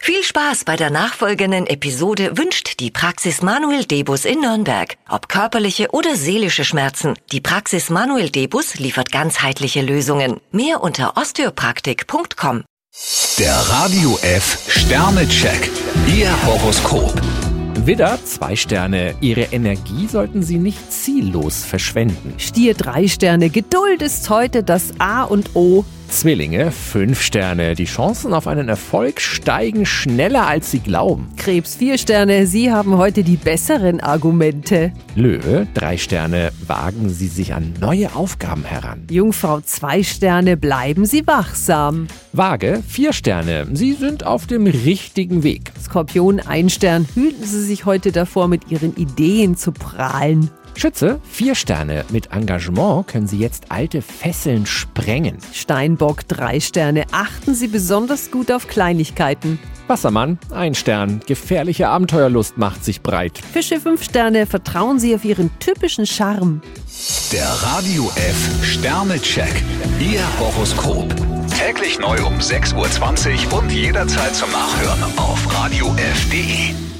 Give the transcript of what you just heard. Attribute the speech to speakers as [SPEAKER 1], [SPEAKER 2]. [SPEAKER 1] Viel Spaß bei der nachfolgenden Episode wünscht die Praxis Manuel Debus in Nürnberg. Ob körperliche oder seelische Schmerzen, die Praxis Manuel Debus liefert ganzheitliche Lösungen. Mehr unter osteopraktik.com.
[SPEAKER 2] Der Radio F Sternecheck. Ihr Horoskop.
[SPEAKER 3] Widder, zwei Sterne. Ihre Energie sollten Sie nicht ziellos verschwenden.
[SPEAKER 4] Stier drei Sterne. Geduld ist heute das A und O.
[SPEAKER 3] Zwillinge, fünf Sterne. Die Chancen auf einen Erfolg steigen schneller, als Sie glauben.
[SPEAKER 4] Krebs vier Sterne. Sie haben heute die besseren Argumente.
[SPEAKER 3] Löwe, drei Sterne. Wagen Sie sich an neue Aufgaben heran.
[SPEAKER 4] Jungfrau zwei Sterne. Bleiben Sie wachsam.
[SPEAKER 3] Waage, vier Sterne. Sie sind auf dem richtigen Weg.
[SPEAKER 4] Skorpion ein Stern. Hüten Sie sich heute davor, mit Ihren Ideen zu prahlen.
[SPEAKER 3] Schütze, vier Sterne. Mit Engagement können Sie jetzt alte Fesseln sprengen.
[SPEAKER 4] Steinbock drei Sterne. Achten Sie besonders gut auf Kleinigkeiten.
[SPEAKER 3] Wassermann, ein Stern. Gefährliche Abenteuerlust macht sich breit.
[SPEAKER 4] Fische fünf Sterne. Vertrauen Sie auf Ihren typischen Charme.
[SPEAKER 2] Der Radio F Sternecheck. Ihr Horoskop. Täglich neu um 6.20 Uhr und jederzeit zum Nachhören auf Radio radiof.de.